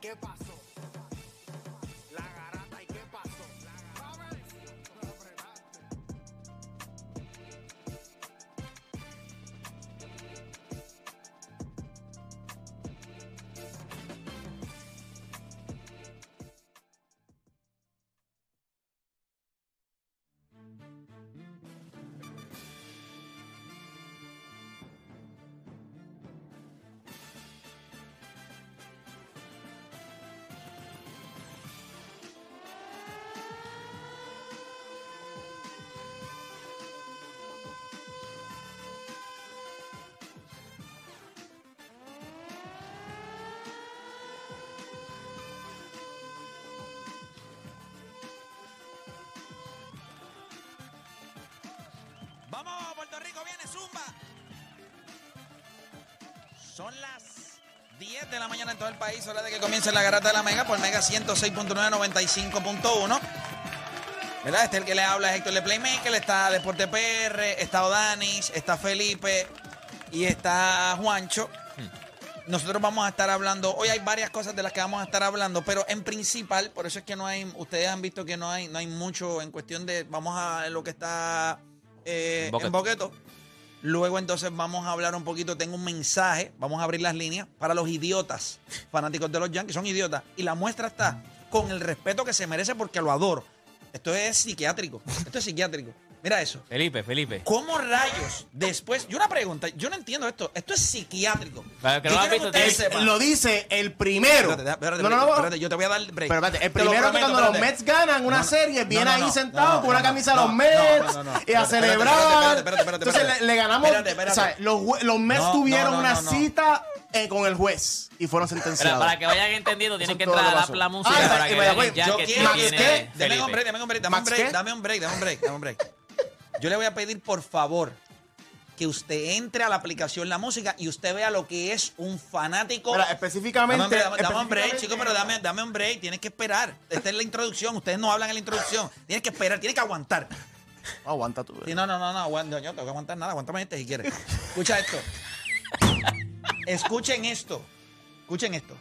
qué pasó? La garata y qué pasó? ¿Sabes? La fregaste. Vamos, Puerto Rico, viene Zumba. Son las 10 de la mañana en todo el país, hora de que comience la garata de la Mega por Mega 106.995.1. ¿Verdad? Este es el que le habla, es Héctor de Playmaker, está Deporte PR, está Odanis, está Felipe y está Juancho. Nosotros vamos a estar hablando, hoy hay varias cosas de las que vamos a estar hablando, pero en principal, por eso es que no hay, ustedes han visto que no hay, no hay mucho en cuestión de, vamos a lo que está eh, En boqueto. en boqueto. Luego entonces vamos a hablar un poquito, tengo un mensaje, vamos a abrir las líneas para los idiotas, fanáticos de los Yankees, son idiotas. Y la muestra está con el respeto que se merece porque lo adoro. Esto es psiquiátrico, esto es psiquiátrico. Mira eso. Felipe, Felipe. ¿Cómo rayos después? Yo una pregunta, yo no entiendo esto. Esto es psiquiátrico. Para que Yo lo has quiero visto, ustedes tiene- sepan- Lo dice el primero. Espérate, espérate, no, no, no. espérate, espérate, yo te voy a dar el break. Pero espérate, el Te lo primero prometo, que cuando los espérate. Mets ganan una No, no, serie, no, viene no, ahí no, sentado no, con una no, camisa no, a los no, Mets no, no, no. y a Espérate, celebrar. espérate, espérate, espérate, espérate, Entonces espérate. le, le ganamos. Espérate, espérate. o sea, los, jue- los Mets No, tuvieron no, no, una no, no. cita eh, con el juez y fueron Para, sentenciados. para que vayan entendiendo, tienen Eso que todo entrar a lo la, pasó. la música Ah, para y que vaya, vean el voy, jacket Yo que quiero que Max, tiene usted- Felipe. Dame un break, dame un break, dame un ¿Max break, qué? dame un break, dame un break, dame un break. Yo le voy a pedir, por favor, que usted entre a la aplicación La Música y usted vea lo que es un fanático. Mira, específicamente. Dame un break, dame- dame un break, específicamente- chico, pero dame, dame un break. Tienes que esperar. Esta es la introducción. Ustedes no hablan en la introducción. Tienes que esperar, tienes que aguantar. Aguanta tú. Sí, no, no, no, no, aguanta, yo no tengo que aguantar nada, aguántame este si quieres. Escucha esto. Escuchen esto. Escuchen esto.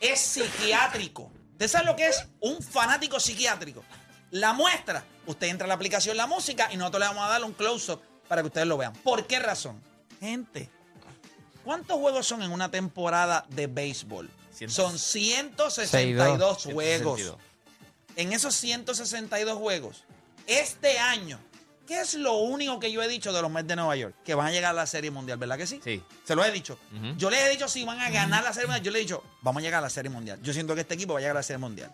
Es psiquiátrico. ¿Ustedes saben lo que es? Un fanático psiquiátrico. La muestra, usted entra a la aplicación La Música y nosotros le vamos a dar un close-up para que ustedes lo vean. ¿Por qué razón? Gente, ¿cuántos juegos son en una temporada de béisbol? Ciento- Son Este 162 juegos 162. en esos 162 juegos, este año, ¿qué es lo único que yo he dicho de los Mets de Nueva York? Que van a llegar a la Serie Mundial, ¿verdad que sí? Sí. Se lo he dicho. Ujú. Yo les he dicho si van a ganar la Serie Mundial. Yo les he dicho, vamos a llegar a la Serie Mundial. Yo siento que este equipo va a llegar a la Serie Mundial.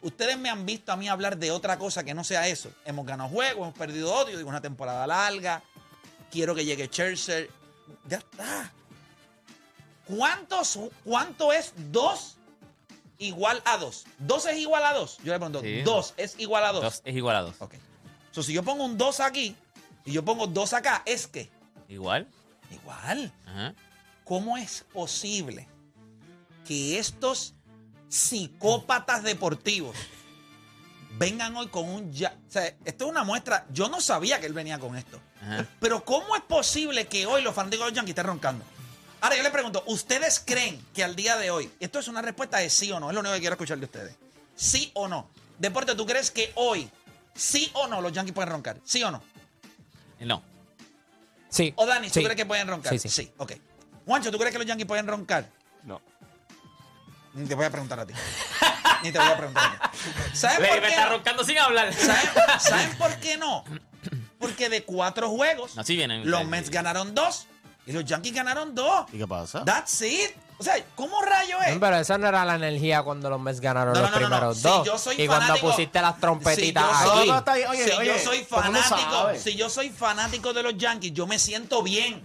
Ustedes me han visto a mí hablar de otra cosa que no sea eso. Hemos ganado juegos, hemos perdido odio, digo, una temporada larga. Quiero que llegue Scherzer. Ya está. ¿Cuántos, ¿Cuánto es 2 igual a 2? 2 es igual a 2. Yo le pregunto, Sí. 2 es igual a 2. Dos es igual a dos. Ok. So, si yo pongo un 2 aquí y yo pongo 2 acá, es que Igual. igual. Ajá. ¿Cómo es posible que estos psicópatas deportivos vengan hoy con un ya? O sea, esto es una muestra. Yo no sabía que él venía con esto. Ajá. Pero ¿cómo es posible que hoy los fanáticos de los Yankees estén roncando? Ahora yo le pregunto, ¿ustedes creen que al día de hoy, esto es una respuesta de sí o no? Es lo único que quiero escuchar de ustedes. ¿Sí o no? Deporte, ¿tú crees que hoy, sí o no, los Yankees pueden roncar? ¿Sí o no? Eh, No. Sí. O Dani, ¿tú Sí. crees que pueden roncar? Sí, sí. ok. Juancho, ¿tú crees que los Yankees pueden roncar? No. Ni te voy a preguntar a ti. Ni te voy a preguntar a ti. ¿Sabes Le- por me qué? está no? roncando sin hablar. ¿Saben, saben por qué no? Porque de cuatro juegos, No, sí vienen los ustedes, Mets sí. ganaron dos y los Yankees ganaron dos. ¿Y qué pasa? That's it. O sea, ¿cómo rayo es? No, pero esa no era la energía cuando los Mets ganaron No, no, los no, no, no. primeros Si dos. yo soy y cuando fanático- pusiste las trompetitas si yo soy, aquí. No, no, está bien. Oye, si yo oye, soy todo el mundo fanático, sabe. si yo soy fanático de los Yankees, yo me siento bien.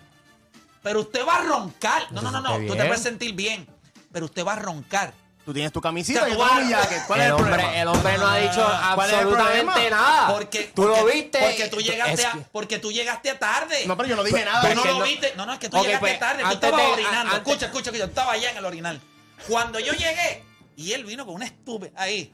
Pero usted va a roncar. No, Se no, no, no. siente Tú te bien. puedes sentir bien, pero usted va a roncar. Tú tienes tu camisita, Ya, yo tú tengo vas- mi jacket. ¿Cuál es el, el hombre, problema? el hombre no ha dicho Ah. ¿Cuál es el absolutamente problema? nada. Porque Ah, tú lo porque- viste. Porque tú y- llegaste, es a- que- porque tú llegaste tarde. No, pero yo no dije Tú nada. no que lo no- viste. No, no, es que tú Ok, llegaste pues, tarde. Tú antes estabas de- orinando. antes- Escucha, escucha, que yo estaba allá en el orinal. Cuando yo llegué y él vino con una estúpida ahí.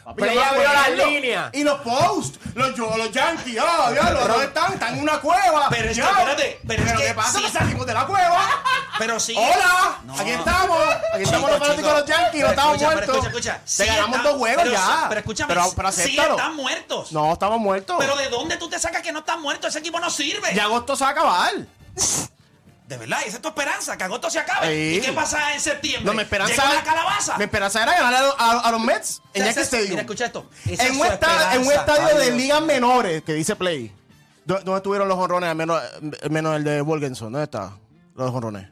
Papi, Pero yo me ella abrió acuerdo. las líneas. Y los posts, los, yo- los Yankees, ah, diablo, ¿dónde están? Están en una cueva. Pero es que, ya. espérate, pero es que ¿qué pasa? sí. Que salimos de la cueva. Pero sí. eh, ¡Hola! No. Aquí estamos. Aquí estamos los Chicos, fanáticos de los chicos, Yankees. No pero estamos escucha, muertos. Pero escucha, escucha. Te sí ganamos está- dos juegos pero sí- ya. Pero escúchame, Pero, pero sí acéptalo. están muertos. No, estamos muertos. Pero ¿de dónde tú te sacas que no están muertos? Ese equipo no sirve. Ya agosto se va a acabar. De verdad, esa es tu esperanza, que agosto se acabe. Sí. ¿Y qué pasa en septiembre? No, mi esperanza. Llega la calabaza. Mi esperanza era ganar a, los- a- a los Mets en O sea, Yankee esa es- Stadium. Mira, escucha esto. Esa es en, su un esta- en un esperanza. estadio Ay, de Dios. ligas menores que dice Play. ¿Dó- ¿Dónde estuvieron los honrones? Al menos, eh, menos el de Wolgenson. ¿Dónde está? Los honrones.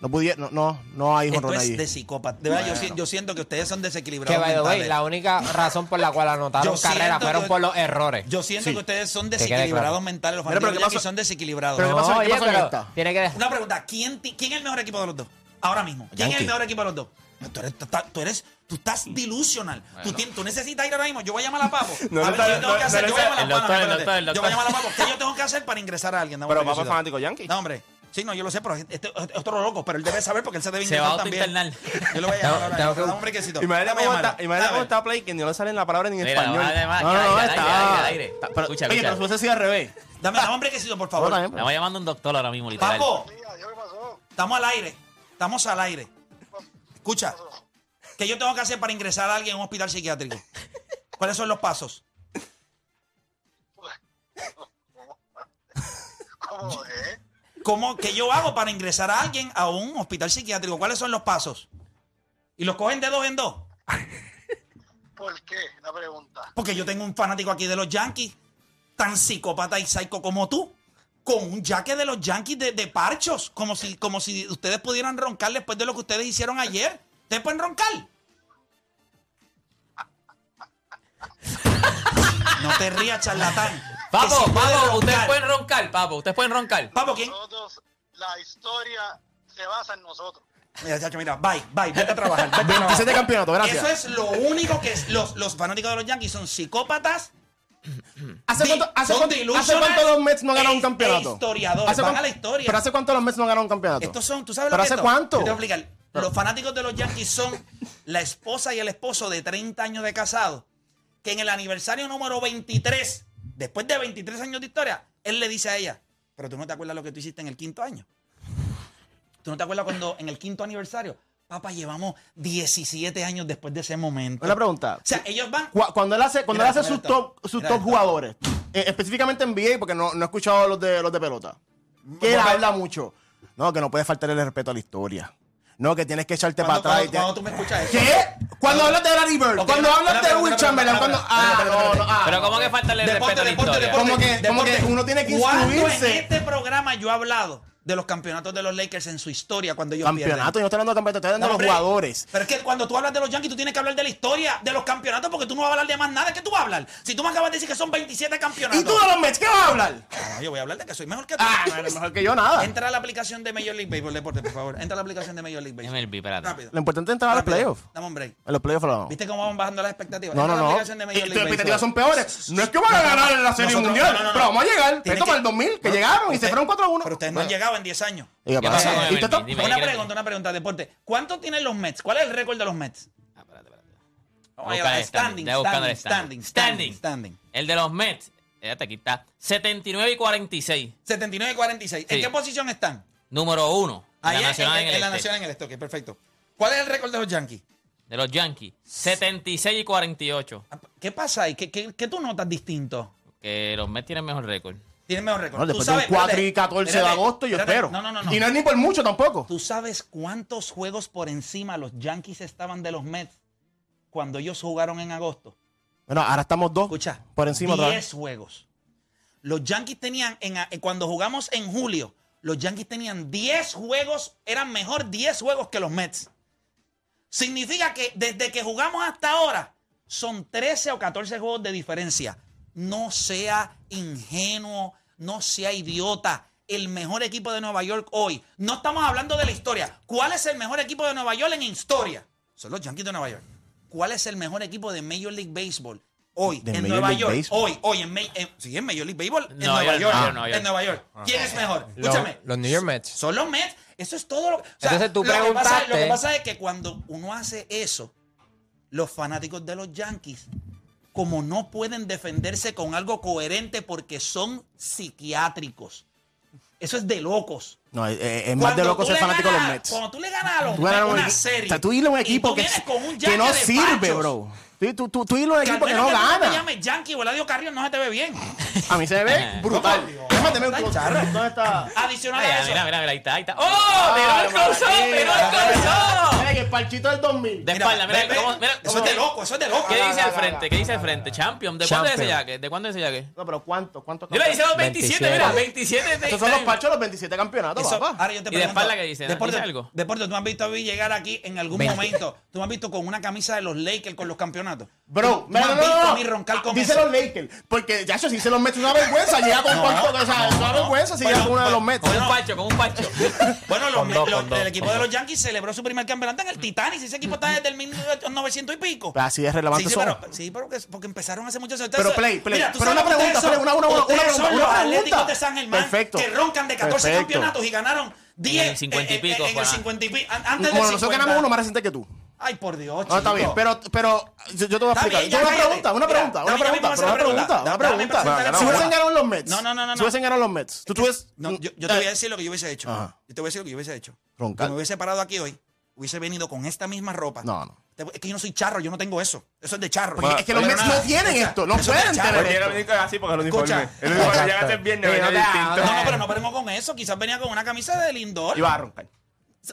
No pudieron. No, no, no hay Esto honrones es allí. de psicópata. De verdad, yo Bueno. si- yo siento que ustedes son desequilibrados. Que by the way, mentales. la única razón por la cual anotaron Yo carreras siento fueron que- por los errores. Yo siento que ustedes son quede desequilibrados claro. mentales. Los Mira, pero fanáticos ¿qué de Yankees pasó? son desequilibrados. Pero ¿qué No, pasó? ¿Qué oye, pasó en pero esta? tiene que dejar. Una pregunta, ¿quién, ti- ¿quién es el mejor equipo de los dos? Ahora mismo, ¿quién es Yankee. el mejor equipo de los dos? Tú eres, tú estás- tú, eres, tú estás delusional. Tú, tien- tú necesitas ir ahora mismo. Yo voy a llamar a Papo. No, a no, ver, ¿qué yo tengo no, que no, hacer? no, Yo voy a llamar a el Papo. doctor, el espérate. doctor, el Yo voy a doctor. llamar a Papo. ¿Qué yo tengo que hacer para ingresar a alguien? Dame Pero una papá es curiosidad. fanático yankee. No, hombre. Sí, no, yo lo sé, pero este, este- otro loco, pero él debe saber porque él se debe Se va a ingresar también. autointernar. Yo lo voy a llamar ahora. Tengo mismo. que- Dame un brequecito. Imagínate Dame cómo llamar. está, imagínate A cómo ver. está Play que ni le salen la palabra ni en Mira, español. vale, vale, No, no, no, al aire, está- al aire, al aire. está- pero- Escucha, Oye, escucha. pero supuesto así al revés. Dame, dame un brequecito, por favor. No, también. Estamos llamando a un doctor ahora mismo, literal. Papo, ¿Qué pasó? estamos al aire. Estamos al aire. Escucha, ¿qué yo tengo que hacer para ingresar a alguien en un hospital psiquiátrico? ¿Cuáles son los pasos? ¿Cómo, eh? ¿Cómo, ¿Qué yo hago para ingresar a alguien a un hospital psiquiátrico? ¿Cuáles son los pasos? Y los cogen de dos en dos. ¿Por qué? La pregunta. Porque yo tengo un fanático aquí de los Yankees, tan psicópata y psycho como tú, con un jaque de los Yankees de, de parchos, como si, como si ustedes pudieran roncar después de lo que ustedes hicieron ayer. ¿Ustedes pueden roncar? No te rías, charlatán. Que Papo, sí pueden papo, roncar. ustedes pueden roncar, papo. Ustedes pueden roncar. Papo, ¿quién? Nosotros, la historia se basa en nosotros. Mira, chacho, mira, bye, bye, vete a trabajar. vete a trabajar. 27 campeonatos, gracias. Eso es lo único que es- los, los fanáticos de los Yankees son psicópatas. ¿Hace Di- cuánto, hace, son cuánto, ¿Hace delusional cuánto los Mets no ganaron e- un campeonato? e historiadores, ¿Hace van cuán- a la historia. ¿Pero hace cuánto los Mets no ganaron un campeonato? Estos son, ¿tú sabes ¿Pero lo que hace es esto? cuánto? Yo te voy a explicar. Los fanáticos de los Yankees son la esposa y el esposo de 30 años de casado, que en el aniversario número 23, después de 23 años de historia, él le dice a ella, pero tú no te acuerdas lo que tú hiciste en el quinto año. Tú no te acuerdas cuando en el quinto aniversario, papá, llevamos 17 años después de ese momento. Una pregunta. O sea, ellos van Cu- Cuando él hace, cuando Mira él hace esto, sus mira esto. top, sus Mira top esto. jugadores, eh, específicamente en NBA, porque no, no he escuchado los de los de pelota. Que él Porque- habla mucho. No, que no puede faltar el respeto a la historia. No, que tienes que echarte para cuando, atrás. y cuando, cuando te- tú me escuchas eso. ¿Qué? Cuando hablas de Larry Bird, Ok, cuando no, hablas de espérate, Will espérate, Chamberlain, cuando espérate, espérate, ah, espérate, no, no, espérate. ah. Pero ¿cómo que falta el respeto a la historia? deporte. Como que- como que uno tiene que ¿Cuándo instruirse? en este programa yo he hablado de los campeonatos de los Lakers en su historia cuando ellos Campeonato, yo no estoy hablando de campeonato, estoy pierden? No, hablando de hombre, los jugadores. Pero es que cuando tú hablas de los Yankees, tú tienes que hablar de la historia de los campeonatos porque tú no vas a hablar de más nada que tú vas a hablar. Si tú me acabas de decir que son 27 campeonatos. ¿Y tú de los Mets qué vas a hablar? No, yo voy a hablar de que soy mejor que tú. Ah, no, eres mejor que yo nada. Entra a la aplicación de Major League Baseball, deporte, por favor. Entra a la aplicación de Major League Baseball. MLB, espérate. Rápido. Lo importante es entrar a los rápido. playoffs. Dame un break. En los playoffs lo ¿Viste cómo van bajando las expectativas? No, no, Entra a la no. aplicación de Y Major Tus League expectativas Baseball. son peores. No es que van a ganar en la Serie Nosotros- Mundial, no, no, no, pero no. vamos a llegar. Esto Tiene que- para el 2000, que no, llegaron y se usted- fueron 4 a 1. Pero ustedes no han llegado en 10 años. ¿Y qué ¿Qué pasa? pasó con ¿Y tú estás- Dime, una ¿qué pregunta, una pregunta, deporte. ¿Cuánto tienen los Mets? ¿Cuál es el récord de los Mets? Ah, espérate, espérate. Vamos allá, Busca el standing, standing, ya buscando standing, el standing, standing. standing, Standing. standing. El de los Mets, eh, fíjate, aquí está. 79 y 46. 79 y 46. ¿En Sí. qué posición están? Número uno. En Ahí la en- Nacional en, en, el en la este, Nacional en el estoque, perfecto. ¿Cuál es el récord de los Yankees? De los Yankees. 76 y 48. Ah, ¿Qué pasa ahí? ¿Qué, qué, qué tú notas distinto? Que los Mets tienen mejor récord. Tienes mejor récord. No, Tú después de un sabes- 4 espérate, y 14 de espérate, agosto, yo espérate. espero. No, no, no. no. Y no es ni por mucho tampoco. ¿Tú sabes cuántos juegos por encima los Yankees estaban de los Mets cuando ellos jugaron en agosto? Bueno, ahora estamos dos Escucha, por encima otra vez. 10 juegos. Los Yankees tenían, en, eh, cuando jugamos en julio, los Yankees tenían 10 juegos, eran mejor 10 juegos que los Mets. Significa que desde que jugamos hasta ahora, son 13 o 14 juegos de diferencia. No sea ingenuo, no sea idiota. El mejor equipo de Nueva York hoy. No estamos hablando de la historia. ¿Cuál es el mejor equipo de Nueva York en historia? Son los Yankees de Nueva York. ¿Cuál es el mejor equipo de Major League Baseball Hoy, Del en Major Nueva League York. Baseball. Hoy, hoy, en, May- en- sí, en Major League Baseball. En No, Nueva yo- York. ah, Nueva York. En Nueva York. ¿Quién es mejor? Lo- Escúchame. los New York Mets. Son los Mets. Eso es todo lo que. o sea, Entonces tú lo que, pasa, lo que preguntaste- pasa es que cuando uno hace eso, los fanáticos de los Yankees, como no pueden defenderse con algo coherente porque son psiquiátricos. Eso es de locos. No, es, es- es más de Cuando loco tú ser le fanático de los ganas- Mets. Cuando tú le ganas a los Tú Mets ganas un una equi- serie. O sea, tú irle a un y equipo tú que, vienes con un que no yaque de sirve, panchos. bro. Tú, tú, tú, tú irle a un Que al equipo que no menos tú te gana. llames Yankee o Eladio Carrión no se te ve bien. A mí se me ve Eh. brutal. Déjame tener un Ah, Está close. charra. ¿Dónde está? Adicional Ah, Mira, a eso. mira, mira, ahí está, ahí está. ¡Oh! ¡Pero el cruzó! ¡Pero el cruzó! Ey, el parchito del 2000. De espalda, ve, ve, mira cómo. mira eso cómo- es de loco, eso es de loco. Ah, ¿Qué dice al la, la, frente? ¿Qué dice al frente? Champion. ¿De cuándo es ese Champion. jaque? ¿De cuándo es ese jaque? No, pero ¿cuánto? ¿Cuánto? Mira, dice los 27, 27, mira, 27 de Esos son los parchos de los 27 campeonatos, Eso- papá. ahora yo te ¿Y de pregunto, espalda qué dice? ¿Dice Deporte, algo? Deporte, tú me has visto a mí llegar aquí en algún Veinte. momento. Tú me has visto con una camisa de los Lakers con los campeonatos. Bro, tú, tú no, me has no, visto no, a mí roncar no. con Dice eso. los Lakers. Porque, ya, eso sí se los Mets es una vergüenza. Llega con No, cuánto. O sea, es una no. vergüenza si llega Bueno, con uno de los bueno, Mets. Con un pacho, con un pacho. Bueno, los Con Mets- dos, los- con dos, el equipo con de dos. los Yankees celebró su primer campeonato en el Titanic. Ese equipo está desde el 1900 y pico. Pero así es Sí, relevante sí, son. pero, sí, pero que- porque empezaron hace muchos años. Ustedes Pero son- play, play. Mira, tú Pero una sabes que ustedes pregunta, son- play, una- una- una ustedes pregunta, son una los pregunta. Atléticos de San Germán Perfecto. que roncan de 14 Perfecto. campeonatos y ganaron 10 En el 50 y en- eh, en- pico, En, el Juan. 50 y pico. an- Antes del Bueno, nosotros 50. ganamos uno más reciente que tú. Ay, por Dios, No, está chico. bien, pero, pero yo, yo te voy a Está explicar. Yo bien, ya una cállate. pregunta, una Mira, pregunta, dame- una ya pregunta, pero mismo una hacer la pregunta, pregunta. una Dame pregunta. presentar el Si hubiesen programa. ganado los Mets, No, no, no, no, si no. hubiesen ganado los Mets, tú tuvieses... No, yo, yo te voy a Eh, decir lo que yo hubiese hecho. Ajá. Yo te voy a decir lo que yo hubiese hecho. Roncar. Yo me hubiese parado aquí hoy, hubiese venido con esta misma ropa. No, no. Te- Es que yo no soy charro, yo no tengo eso. Eso es de charro. Porque es que los Pero Mets nada, no tienen escucha, esto, no eso es de pueden charro. tener Quiero venir así porque es el uniforme. Escucha. El uniforme llegaste el viernes, Sí, no venía te hagas. distinto. No, no, pero no paremos con eso. Quizás venía con una camisa de Lindor. Iba a roncar.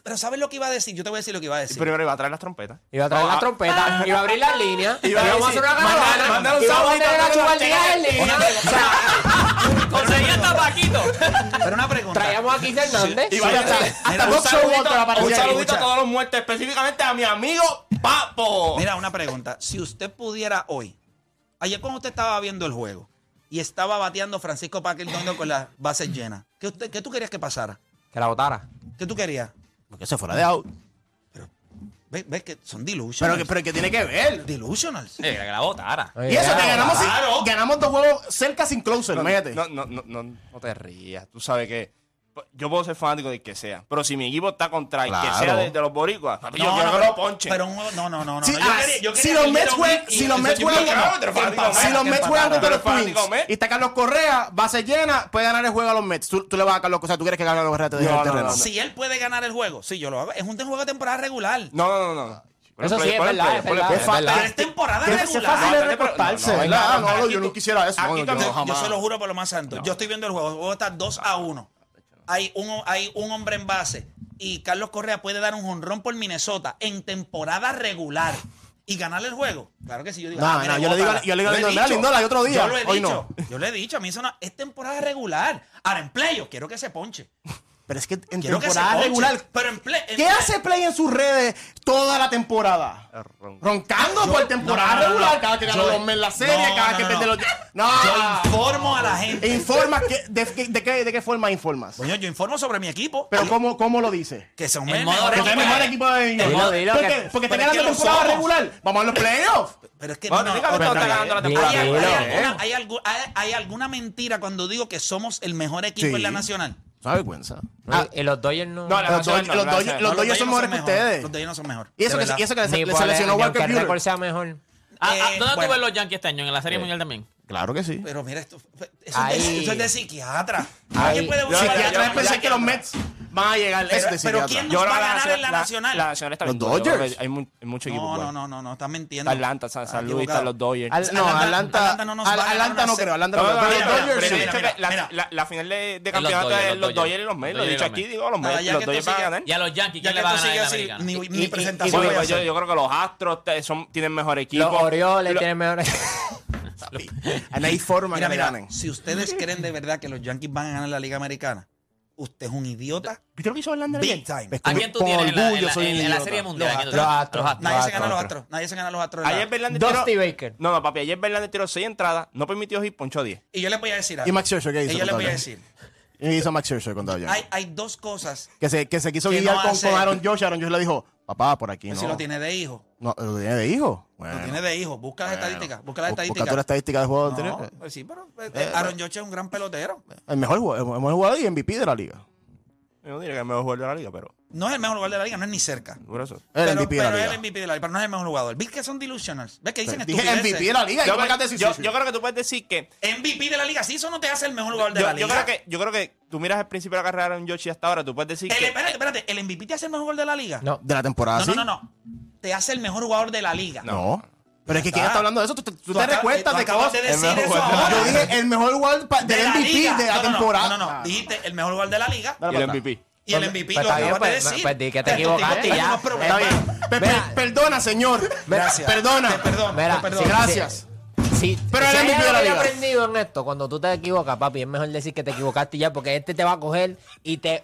Pero ¿sabes lo que iba a decir? Yo te voy a decir lo que iba a decir. Primero iba a traer las trompetas. Iba a traer la trompeta, iba a abrir las líneas, iba a hacer una Manda- manda caravana, un iba a saludito poner a la todos los chubardía en cheques. línea. Conseguí hasta Paquito. Pero una pregunta. Traíamos a Quince Hernández. Iba a traer. Mira, Hasta un Bob Showalter Un aparecía aquí. saludito a todos los muertos, específicamente a mi amigo Papo. Mira, una pregunta. Si usted pudiera hoy, ayer cuando usted estaba viendo el juego y estaba bateando Francisco Paquildondo con las bases llenas, ¿qué, usted, ¿qué tú querías que pasara? Que la votara. ¿Qué tú querías? Porque se fuera de out. ¿Ves, ves que son Pero delusionals? que, pero que tiene que ver. delusionals. Eh, que la votara. Y eso, que Claro. ganamos, ganamos dos juegos cerca sin closer, No, métete. No, no, no, no, no te rías. Tú sabes que p- yo puedo ser fanático del que sea, pero si mi equipo está contra el que Claro. sea de, de los boricuas, papi, yo No, no, quiero que lo pero- ponche. Pero un- no, no, no, no. Si- yo ah, quería- yo si quería los que Mets hicieran juegan- un- si y- los y- Mets y- juegan- que ganaron, pero Si los empataron, Si los que Mets juegan contra los empataron. empataron. Twins Mets. y está Carlos Correa, base llena, puede ganar el juego a los Mets. Tú, tú le vas a Carlos Correa, tú quieres que Carlos Correa te deje No, el no, este terreno. no, no. Si él puede ganar el juego, sí, yo lo hago. Es un juego de temporada regular. No, no, no, no. Eso sí, es Ponle play, verdad, es ponle verdad, play, es ponle verdad. Pero es temporada Que regular. es fácil No, de no, pero- recortarse. no, no, ¿verdad? no, No, aquí yo tú- no quisiera eso. aquí no, yo tú- no, yo- jamás. Yo se lo juro por lo más santo. Yo estoy viendo el juego. El juego está 2 a 1. Hay un, hay un hombre en base y Carlos Correa puede dar un jonrón por Minnesota en temporada regular y ganar el juego. Claro que sí, yo digo. No, ah, no, mira, yo le digo- bótala. yo le digo a Lo he Lindola, dicho. Lindola, hay otro día. Yo lo he Hoy dicho. Yo le he dicho, a mí eso no. Es temporada regular. Ahora en playoff, quiero que se ponche. Pero es que en Quiero que se temporada ponche. regular. Pero en play. en- ¿Qué hace Play en sus redes toda la temporada? Roncando por temporada no, no, no. regular, cada que gana Yo- los Mets la serie, No, cada no, que no. pierde los. No, Yo informo a la gente. informas. que- de, de qué, ¿De qué forma informas? Coño, yo informo sobre mi equipo. Pero Yo- ¿cómo, cómo lo dices? Que son En el modo mejor Que Pero es el pues, mejor equipo de ellos. dilo, dilo, ¿Por que- qué? Porque pero te es ganas que la lo temporada somos. regular. Vamos a los playoffs. Pero es que Bueno, no, dígame pero- cómo está ganando la Mira, ¿Hay, temporada. hay Tranquilo. alguna- hay algu- hay- hay alguna mentira cuando digo que somos el mejor equipo Sí. en la nacional? Una vergüenza. Ah, Y los Dodgers no. No, la- Los nacional Dodgers no, los la Dodgers- nacional. los No, Dodgers son mejores que ustedes. Los de ellos no son mejores. Y eso De que, verdad. y eso que Ni se, por se el- lesionó ni aunque Walker el Buehler. récord sea mejor. Ah, ah, Eh, ¿Dónde bueno. Eh. tuve los Yankees este año? ¿En la Serie Mundial también? Claro que sí. Pero mira, esto, eso, es Ahí. de, eso es de psiquiatra. Ahí. ¿Quién puede Yo- buscar- Psiquiatra, yo- yo pensé yo- que los Mets van a llegar. Pero- Eso es de pero psiquiatra. ¿quién- Yo creo va a que ganar en la nacional? La nacional está Los bien, yo creo Dodgers. que Hay mu- hay mucho equipo. No, bueno. no, no, no, no, estás mintiendo. Está Atlanta, San, Estás San Luis, equivocado. están los Dodgers. Al- no, Atlanta- Atlanta, Atlanta no nos va a Al- ganar Atlanta una no se- creo. Atlanta No, no no, creo. no, Pero mira, los mira, pero Dodgers he sí. mira, dicho mira, que la- mira. la- La final de de los campeonato Dodgers, es los los Dodgers y los Mets. Lo he Dodgers y dicho los aquí, Mets. digo los No, Mets. ya Los que Dodgers tú van a sigues- ganar. Y a los Yankees, Ya que ¿quién le va a tú ganar en sigues la así, americana? ni, ni y- Sí, presentación voy voy a yo, hacer. yo creo que los Astros te- son, tienen mejor equipo. Los Orioles Lo- tienen mejores. No hay forma que Mira, le mira, ganen. si ustedes creen de verdad que los Yankees van a ganar la Liga Americana, usted es un idiota ¿Viste lo que hizo Orlando big ayer? time. Pues ¿A con- quién tú con tienes en la- en orgullo la- soy un en- en la idiota. Serie Mundial? Los ¿A quién tú Astros. tienes? Los Astros. A Astros. Ah, Nadie se gana a los Cuatro, astros. Nadie se gana a los astros. en la- Ayer Verlander tiró- Dusty Baker. No, no, papi, ayer Verlander tiró seis entradas, no permitió hit, ponchó 10. Y yo les voy a decir algo. ¿Y Max Scherzer qué hizo? Y yo les voy a Contame. decir. Y hizo Max Scherzer con Dow Jones. Hay, hay dos cosas Que se, que se quiso que guiar no con, hace- con Aaron Josh. Aaron Josh le dijo, papá, por aquí que no. si lo tiene de hijo. No, lo tiene de hijo. Lo Bueno. tiene de hijo. Busca las Bueno. estadísticas. Busca Bu- las busca estadísticas. tú la estadística de juego No, anterior. pues sí, pero eh, eh, Aaron Judge es un gran pelotero. El mejor, jugador- el mejor jugador y MVP de la liga. Yo no diría que es el mejor jugador de la liga, pero No es el mejor jugador de la liga, no es ni cerca. por eso. El pero MVP de la pero es liga. el MVP de la liga, pero no es el mejor jugador. ¿Ves que son delusionals? ¿Ves que dicen Dije estupideces? MVP de la liga. y Yo, tú me acabas de decir yo- sí, yo sí. creo que tú puedes decir que MVP de la liga, sí, eso no te hace el mejor jugador de yo, la yo liga. creo que yo creo que tú miras el principio de la carrera de Aaron Josh y hasta ahora tú puedes decir El, que espérate, espérate, ¿el MVP te hace el mejor jugador de la liga? No. De la temporada, ¿Ah, no, ¿sí? no, no, no. Te hace el mejor jugador de la liga. No. Pero es que Ya ¿quién está. está hablando de eso? Tú, te- tú Tú te acabas- recuerdas tú de que acabas de vos- decir el mejor eso jugador de la ahora. Yo dije el mejor jugador pa- del MVP liga. de No, la no, no, temporada. No, no, no. Dijiste el mejor jugador de la liga y el MVP. y el MVP Pues lo está bien, acabas de pues, decir. pues di que te Pero tú equivocaste tienes ya. unos Está problemas. bien. Pe- Mira. per- perdona, señor. Gracias. Perdona. Te perdono, Mira, te perdono. sí, Gracias. Sí, Pero el si hay MVP de algo la que yo he liga. aprendido, Ernesto, cuando tú te equivocas, papi, es mejor decir que te equivocaste ya, porque este te va a coger y te...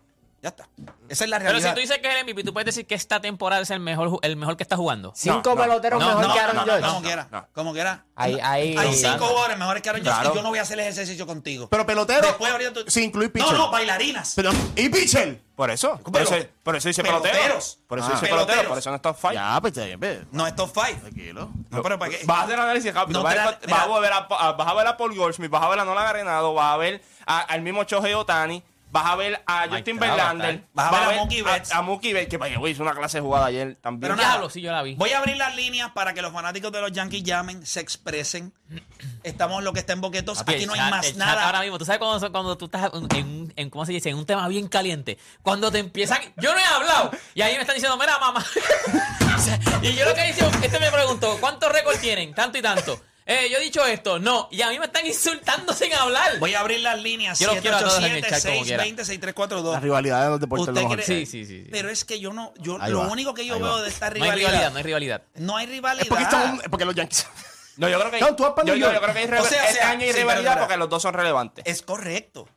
Ya está. Esa es la Pero realidad. si tú dices que es el MVP, tú puedes decir que esta temporada es el mejor, ju- el mejor que está jugando. Cinco no, peloteros no, mejor no, que no, Aaron no, Judge. como quiera. Como quiera. Ahí- Hay ahí- ahí- cinco eh, jugadores mejores que Aaron Judge Claro. y yo no voy a hacer el ejercicio contigo. Pero pelotero, Después ahorita tú- sin incluir pitcher. No, no, bailarinas. Pero- y pitcher. Por eso. Por eso, Pelote- por eso dice peloteros. pelotero. Por eso Ah. dice Peloteros. pelotero. Por eso no está fight. Ya, pues está bien, ve, No es top five. tranquilo. No, pero para qué. Vas a hacer análisis rápido. No vas, te a, la- vas a mira. ver a, a- vas a ver a Paul Goldschmidt, vas a ver a Nola Garenado, vas a ver a- al mismo Choje Otani, vas a ver a Mike Justin Trout, Verlander, vas a ver a Mookie Betts. A, a Mookie Betts, que vaya, güey, hizo una clase de jugada ayer también. Pero nada. Diablo, sí, yo la vi. Voy a abrir las líneas para que los fanáticos de los Yankees llamen, se expresen. Estamos lo que está en boquetos. Papi, Aquí el no hay chat- más el chat Ahora nada. mismo, tú sabes cuando, cuando tú estás en, un- en- ¿cómo se dice? En un tema bien caliente. Cuando te empiezan, yo no he hablado. Y ahí me están diciendo, mira, mamá. O sea, y yo lo que he dicho, este me preguntó, ¿cuántos récords tienen? Tanto y tanto. Eh, yo he dicho esto, no. Y a mí me están insultando sin hablar. Voy a abrir las líneas. Yo los quiero a todos en el chat como quiera. 787 620 La rivalidad de los deportes Usted de los quiere- Sí, sí, sí. sí. Pero es que yo no, yo Ahí lo va, único que yo ahí veo va. de esta no hay rivalidad, rivalidad, no hay rivalidad. no hay rivalidad. Es porque, estamos, es porque los Yankees. No, yo creo que. No, tú vas para yo, New yo- yo York. creo que hay O sea, rival- o este sea, año hay sí, rivalidad perdona. porque los dos son relevantes. Es correcto.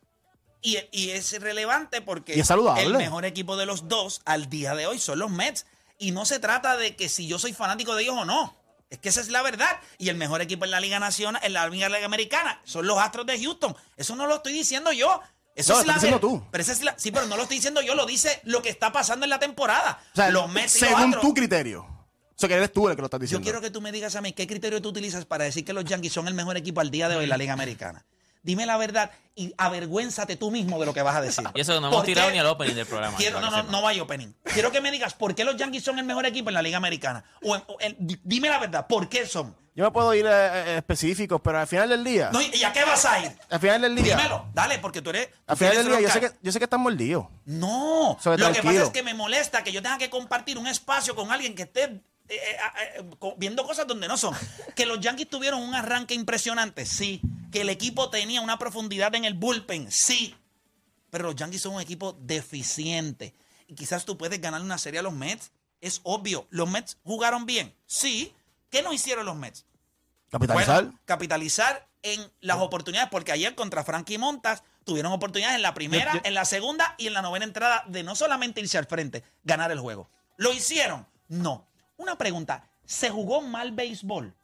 Y, y es relevante porque Y es saludable. el mejor equipo de los dos al día de hoy son los Mets. Y no se trata de que si yo soy fanático de ellos o no. Es que esa es la verdad. Y el mejor equipo en la Liga Nacional, en la Liga Americana, son los Astros de Houston. Eso no lo estoy diciendo yo. Eso No, es lo la estás diciendo ver- tú. Pero esa es la- sí, pero no lo estoy diciendo yo, lo dice lo que está pasando en la temporada. O sea, los Mets y los según Astros- tu criterio. O sea, que eres tú el que lo estás Yo diciendo. quiero que tú me digas a mí qué criterio tú utilizas para decir que los Yankees son el mejor equipo al día de hoy en la Liga Americana. Dime la verdad y avergüénzate tú mismo de lo que vas a decir. Y eso no ¿Por hemos tirado qué? ni al opening del programa. Quiero- para no, que no, sepa. no vaya opening. Quiero que me digas por qué los Yankees son el mejor equipo en la Liga Americana. O, en- o en- di- dime la verdad, ¿por qué son? Yo me puedo ir eh, eh, específicos, pero al final del día. No, ¿Y y a qué vas a ir? al final del día. Dímelo, dale, porque tú eres. tú Al final tienes del día, yo sé, bronca. que, yo sé que estamos mordidos. No, Sobre lo que tranquilo. pasa es que me molesta que yo tenga que compartir un espacio con alguien que esté eh, eh, eh, co- viendo cosas donde no son. Que los Yankees tuvieron un arranque impresionante, sí. Que el equipo tenía una profundidad en el bullpen, sí. Pero los Yankees son un equipo deficiente. Y quizás tú puedes ganar una serie a los Mets. Es obvio. ¿Los Mets jugaron bien? Sí. ¿Qué no hicieron los Mets? Capitalizar. Bueno, capitalizar en las oportunidades, porque ayer contra Frankie Montas tuvieron oportunidades en la primera, en la segunda y en la novena entrada de no solamente irse al frente, ganar el juego. ¿Lo hicieron? No. Una pregunta, ¿se jugó mal béisbol?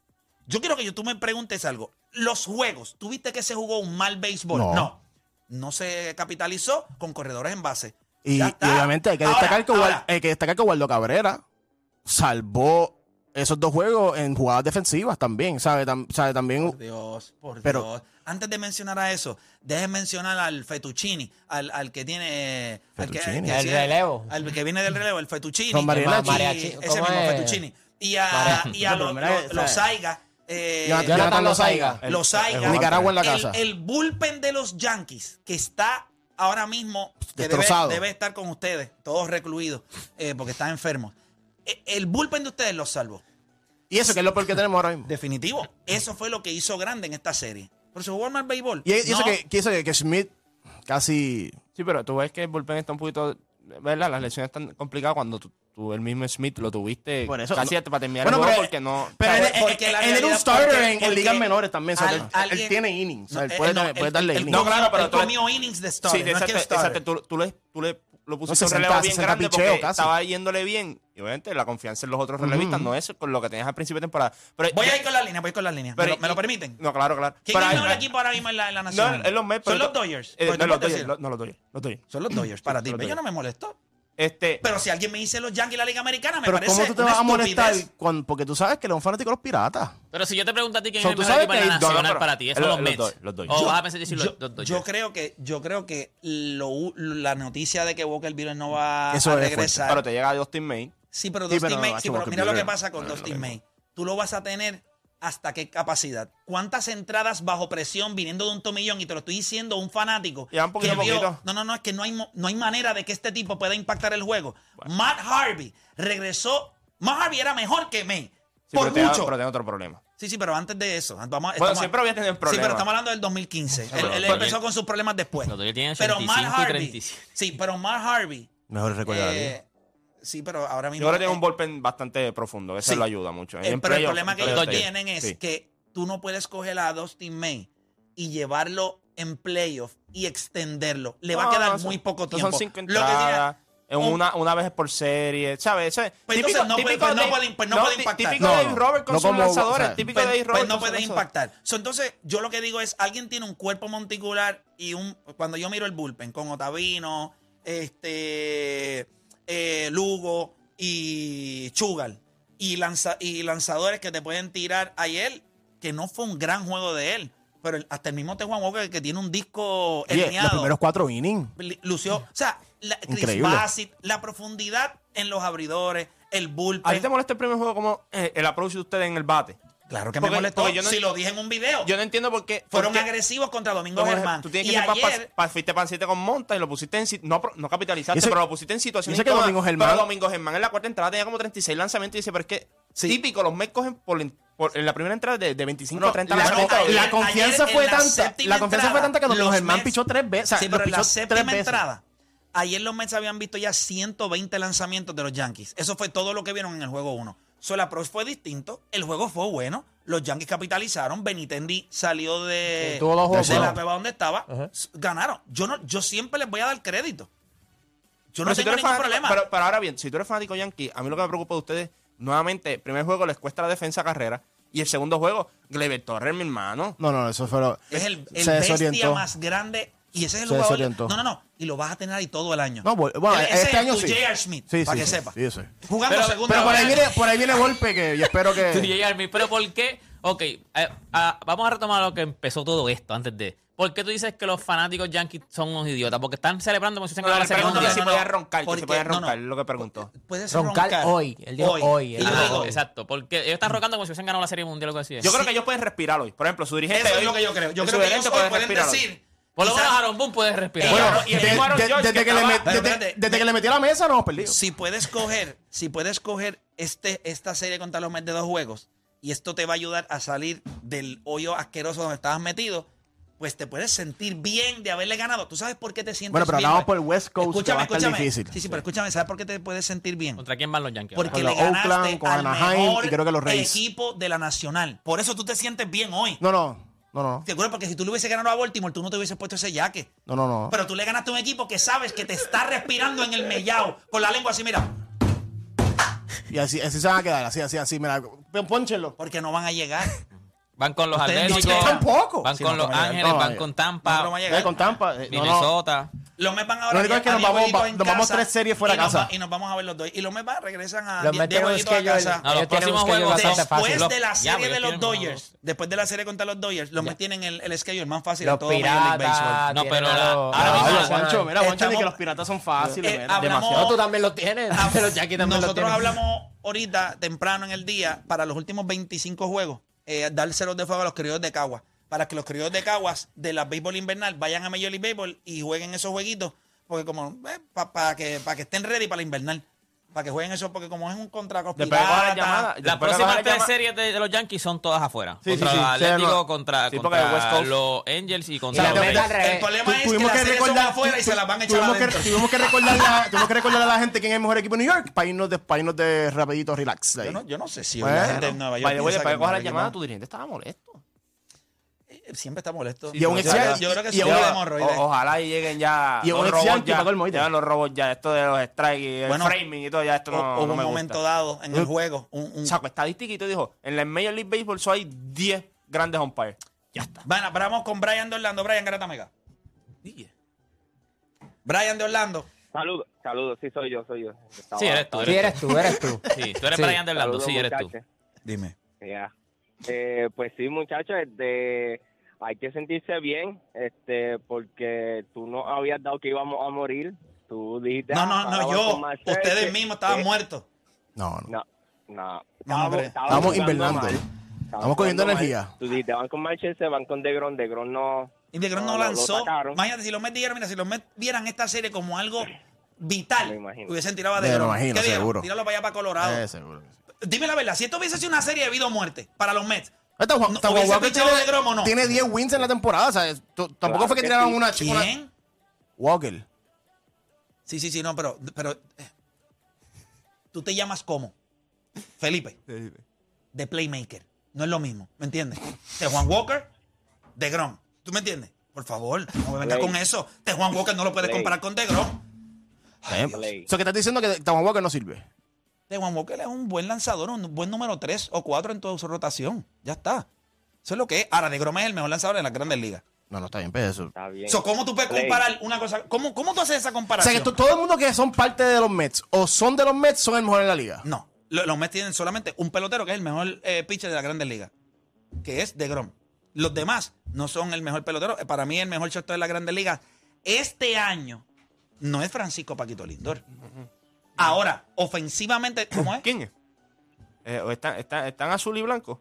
Yo quiero que yo- tú me preguntes algo. ¿Los juegos, tuviste que se jugó un mal béisbol? No. No. No, se capitalizó con corredores en base. Y, Ya y está. obviamente hay que, Ahora, destacar que Guar- ahora, hay que destacar que Waldo Cabrera salvó esos dos juegos en jugadas defensivas también, ¿sabe? Tam- sabe, También Por Dios, por Pero- Dios. Antes de mencionar a eso, dejen mencionar al Fettuccini, al, al que tiene. eh, al que- al que Fettuccini. El sigue- relevo. Al que viene del relevo, el Fettuccini. Con Mariachi. Y Mariachi, Ese ¿cómo mismo, es? Fettuccini. Y a, Mariachi. y a No, pero los, mira, los, los ¿sabes? Saiga. eh, Jonathan- Jonathan Lozaiga. Lozaiga. El- los Saiga. el Nicaragua en la El- casa. El, bullpen de los Yankees, que está ahora mismo. que debe, Destrozado. debe estar con ustedes, todos recluidos, eh, porque están enfermos. Eh, El bullpen de ustedes los salvó. Y eso que es lo peor que tenemos ahora mismo. Definitivo. Eso fue lo que hizo grande en esta serie. Por su jugó mal béisbol. Y, y eso No. que, que eso que, que Smith casi... Sí, pero tú ves que el bullpen está un poquito ¿verdad? Las lesiones están complicadas cuando tú, tú el mismo Smith lo tuviste Por eso, casi no- hasta para terminar Bueno, el juego pero- porque no. Pero Porque- él, él- porque él- la él era un realidad- starter porque- en, en porque ligas menores también. so, al- él, él alguien- tiene innings. o sea, No, él eh, puede, no, dar- puede él- darle él innings. No, comió- claro, pero él tú le- comió innings de Sí, starter, no es que exacto, es starter. exacto. Tú, tú le, tú le lo pusiste un 60, relevo bien 60 grande porque picheo, casi. estaba yendo bien. Y obviamente la confianza en los otros relevistas no es con lo que tenías al principio de temporada. Pero, eh, Voy a ir con la línea, voy a ir con la línea. ¿Me, lo, me lo permiten? No, claro, claro. ¿Quién Pero es el hay- mejor hay- equipo ahora mismo en la, en la No, nacional? es los Mets, Son pero- los Dodgers. Porque Eh, tú no, los puedes Dodgers. decirlo. lo- No, los Dodgers. Los Dodgers. Son los Dodgers para ti. los pero Yo no Dodgers. me molesto. Este, Pero si alguien me dice los Yankees y la Liga Americana, me Pero parece ¿cómo tú te una vas a molestar? estupidez. cuando- porque tú sabes que le un fanático de los piratas. Pero si yo te pregunto a ti quién So, es el tú mejor sabes equipo en que la hay- no, no, nacional pero para ti, eso los- los los Mets. Dodgers, los Dodgers. O Yo- vas a pensar decir los yo, los Dodgers. yo creo que, yo creo que lo- la noticia de que Walker Buehler no va Eso a es regresar. pero te llega Justin May. Sí, pero Sí, Dustin pero no, May- macho, sí, pero porque mira lo que Buehler- pasa con no, no, Dustin no. May. Tú lo vas a tener hasta qué capacidad. ¿Cuántas entradas bajo presión viniendo de un tomillón? Y te lo estoy diciendo un fanático. Ya, un poquito que a poquito. no, no, no, es que no hay, mo- no hay manera de que este tipo pueda impactar el juego. Matt Harvey regresó. Matt Harvey era mejor que May. Sí, por pero te da- mucho. pero tengo otro problema. Sí, sí, pero antes de eso. Vamos, a- Bueno, estamos- siempre había tenido Sí, problemas. pero estamos hablando del 2015. él pero él Dodgers- empezó con sus problemas después. Los Dodgers tienen pero Matt 85 y Harvey. 37. Sí, pero Matt Harvey. Mejor recuerdo eh, sí, pero ahora mismo. Yo creo que tiene eh, un bullpen bastante profundo. Eso Sí. lo ayuda mucho. eh, En pero el playoff, problema en que playoff ellos te ayuda. tienen es Sí. que tú no puedes coger a Dustin May y llevarlo en playoff y extenderlo. Le va a No, quedar no, son- muy poco no tiempo. Son cinco Lo que tiene- entradas. en un- una, una vez por serie, ¿sabes? Eso es Pues entonces no puede- pues no Dave- puede- pues no puede tí- impactar. Típico No, de no. Robert con No sus como- lanzadores. o sea, típico pues, de Dave pues Robert. no con sus puedes lanzadores. impactar. So, entonces, yo lo que digo es, alguien tiene un cuerpo monticular y un cuando yo miro el bullpen con Otavino, este eh, Lugo y Chugal y, lanza- y lanzadores que te pueden tirar ayer, que no fue un gran juego de él, pero el- hasta el mismo Tejuan Walker que tiene un disco Oye, los herniado, primeros cuatro innings. li- lució, o sea, la, Chris Increíble. Bassett, la profundidad en los abridores, el ¿A ti bullpen. te molesta el primer juego como eh, el approach de ustedes en el bate? Claro que me Porque- molestó, porque yo no- si lo dije en un video. Yo no entiendo por qué. Fueron por qué- agresivos contra Domingo tú tienes- Germán. Tú tienes y que ser pa- ayer, pa- pa- fuiste pancita con Monta y lo pusiste en. si- No, pro- no capitalizaste, Yo sé- pero lo pusiste en situaciones. yo sé que incómodas. Domingo Germán- Pero Domingo Germán en la cuarta entrada tenía como 36 lanzamientos y dice, pero es que Sí. típico, los Mets cogen por, la en- por- en la primera entrada de, de 25 a 30 la, bueno, la ayer- ayer confianza en fue la tanta. séptima La confianza entrada, fue tanta que Domingo los Germán Mets- pichó tres veces. o sea, sí, los pero en pichó la tres séptima veces. entrada, ayer los Mets habían visto ya 120 lanzamientos de los Yankees. Eso fue todo lo que vieron en el juego 1. Solo approach fue distinto, el juego fue bueno, los Yankees capitalizaron, Benitendi salió de, Sí, Eh, tuvo dos juegos de la buenos. peba donde estaba, s- ganaron. Yo no, yo siempre les voy a dar crédito. Yo no Pero si tú tengo eres ningún fanático- problema. Pero, pero ahora bien, si tú eres fanático Yankee, a mí lo que me preocupa de ustedes, nuevamente, primer juego les cuesta la defensa carrera. Y el segundo juego, Gleber Torres, mi hermano. No, no, eso fue lo. es el, el se bestia desorientó. más grande y ese es el Se jugador. desorientó. No, no, no. Y lo vas a tener ahí todo el año. No, bueno, bueno, Él- ese este es año tu sí. J.R. Smith, Sí, para sí, que sí, segundos sí, yo sé. Jugando Pero- segunda Pero por ahí base. viene, por ahí viene golpe que yo espero Tú que. llegas al mil. Pero ¿por qué? Ok, eh, ah, vamos a retomar lo que empezó todo esto antes de. ¿Por qué tú dices que los fanáticos yankees son unos idiotas? Porque están celebrando como si fuesen No, a le la Serie no, pregunto que no, Mundial. si no, podía no, roncar, que porque- si podía no, no. roncar, es lo que preguntó. Puede ser Roncar roncar hoy, él dijo hoy, Y él yo dijo digo, hoy. Ah, Exacto, porque ellos están rocando como si hubiesen ganado la Serie Mundial o algo así. Yo creo que ellos pueden respirar hoy. Por ejemplo, su dirigente. Eso es hoy- lo que yo creo. Yo su creo que dirigente ellos hoy puede pueden respirar hoy. decir. Por lo menos quizás- Aaron Boone puede respirar. Bueno, Claro, y el de- mismo Aaron de- George desde que que le estaba- met- Pero desde- espérate. desde que le metí a la mesa, no hemos perdido. Si puedes coger, si puedes coger este, esta serie contra los Mets de dos juegos y esto te va a ayudar a salir del hoyo asqueroso donde estabas metido, pues te puedes sentir bien de haberle ganado. ¿Tú sabes por qué te sientes Bueno, pero bien? hablamos por el West Coast, que Escúchame, va a estar escúchame. difícil. Sí, sí, pero escúchame, ¿sabes por qué te puedes sentir bien? ¿Contra quién van los yankees? ahora? Porque Con le los ganaste Oakland, con al Anaheim, mejor y creo que los Rays. equipo de la Nacional. Por eso tú te sientes bien hoy. No, no, no, no. ¿Te acuerdas? Porque si tú le hubieses ganado a Baltimore, tú no te hubieses puesto ese yaque. No, no, no. Pero tú le ganaste a un equipo que sabes que te está respirando en el mellao con la lengua así, mira, Y así, así se van a quedar, así, así, así. Mira, pon- pónchenlo. porque no van a llegar. Van con los Ustedes no Atléticos. llegan. Tampoco. Van Sí, con no, los no van a llegar. Ángeles, No, van no, con no, Tampa, no van a llegar. Eh, con Tampa. eh, no, no. Minnesota. Los Mets van ahora. Lo único es que a nos diez vamos- jueguitos va- en nos vamos casa, tres series fuera y de nos casa. va- y nos vamos a ver los dos. Y los Mets van, regresan a 10 Los Mets diez tienen un jueguitos a schedule- casa. No, los Ellos tienen un próximos schedule juegos son fácil. bastante fácil. Después de la Ya, serie porque de los tienen unos- Dodgers, después de la serie contra los Dodgers, los Mets tienen el, el schedule más fácil de Los todo Major League Baseball. piratas. No, tienen pero la- a los- ahora mismo- Habla, Ah, Juancho, mira, Juancho, ni Estamos- que los piratas son fáciles. Eh, mira. hablamos- No, tú también lo tienes. Ah, Los yankees también lo Nosotros tienen. hablamos ahorita, temprano en el día, para los últimos 25 juegos, eh, dárselos de fuego a los criollos de Caguas. Para que los criollos de Caguas de la béisbol invernal vayan a eh, Major League Baseball y jueguen esos jueguitos, porque como para que, pa que estén ready para la invernal. para que jueguen eso, porque como es un contra los Después coge la piratas, llamada. Las después coge próximas la tres llamada- series de, de los Yankees son todas afuera. Sí, sí, contra sí. los Sí, Atlético, no. contra, Sí, porque contra West Coast- los Angels y Y contra la los pregunta Rays. al revés. El problema es que Tuvimos este, las que series son recordar- afuera y tu- se las van a echar tuvimos que- adentro. Tuvimos que recordarle a- tuvimos que recordarle a la gente quién es el mejor equipo de New York para irnos de, para irnos de rapidito relax. ahí. Yo no, yo no sé si Bueno, la gente en Nueva York. Vaya, güey, piensa después que coge la Nueva York llamada, no- tu dirigente estaba molesto. Eh, Siempre está molesto. Y a un Yo- ex- yo- yo creo que y sí a Yo- un- le ¿eh? hemorroides. o- ojalá y lleguen ya Y un los ex robots yankee ya, para colmo, ¿oíste? llegan los robots ya, esto de los strikes y el Bueno, framing y todo, ya esto O- no, Hubo no un me momento gusta. dado en el juego. Un, un- Sacó pues, estadística y te dijo, en la Major League Baseball solo hay 10 grandes umpires. Ya está. Bueno, pero vamos con Brian de Orlando. Brian Garatamega. Brian de Orlando. Saludos, saludos, sí soy yo, soy yo. Sí, eres tú. Sí, eres tú, eres tú. Sí, tú eres Sí. Brian de Orlando. Sí, eres tú. muchachos. Dime. Ya. Eh, pues sí, muchachos, este, hay que sentirse bien, este, porque tú no habías dado que íbamos a morir. Tú dijiste. No, ah, no, no, vamos yo. con más suerte. Ustedes mismos estaban Eh, muertos. No, no. No, no. hombre. Estábamos jugando invernando. mal. Estamos cogiendo jugando mal. energía. Tú dijiste, van con Manchester, van con DeGrom, DeGrom no. Y de Grom no, No, lo- lo lanzó. sacaron. Imagínate, si los Mets dijeron, mira, si los Mets vieran esta serie como algo vital, Me imagino. hubiesen tirado a Me de Grom. lo imagino, ¿Qué dijeron? seguro. Tíralo para allá, para Colorado. Eh, seguro que sí. Dime la verdad, si esto hubiese sido una serie de vida o muerte para los Mets, Esta Este, Juan- No, esta hubiese Guaguaco pichado de Gromo, ¿no? tiene 10 wins en la temporada. o sea, tú- tampoco Claro fue que que tiraron sí. una chica. ¿quién? Walker. Sí, sí, sí, no, pero, pero eh, tú te llamas como Felipe, de Playmaker. No es lo mismo, ¿me entiendes? De Juan Walker, de Grom. ¿Tú me entiendes? Por favor, no me vengas Play. con eso. De Juan Walker no lo puedes Play. comparar con de Grom. Play. O sea, que estás diciendo que Juan Walker no sirve. De Juan Walker es un buen lanzador, un buen número 3 o 4 en toda su rotación. Ya está. Eso es lo que es. Ahora, de Grom es el mejor lanzador de las grandes ligas. No, no está bien, pero eso. Está bien. So, ¿Cómo tú puedes Play. comparar una cosa? ¿Cómo, cómo tú haces esa O comparación? sea, que to- todo el mundo que son parte de los Mets o son de los Mets son el mejor en la liga. No. Lo- Los Mets tienen solamente un pelotero que es el mejor eh, pitcher de las grandes ligas, que es de Grom. Los demás no son el mejor pelotero. Eh, Para mí, el mejor shortstop de las grandes ligas este año no es Francisco Paquito Lindor. Ahora, ofensivamente, ¿cómo es? Mm. ¿Quién es? Eh, o están, están, están azul y blanco.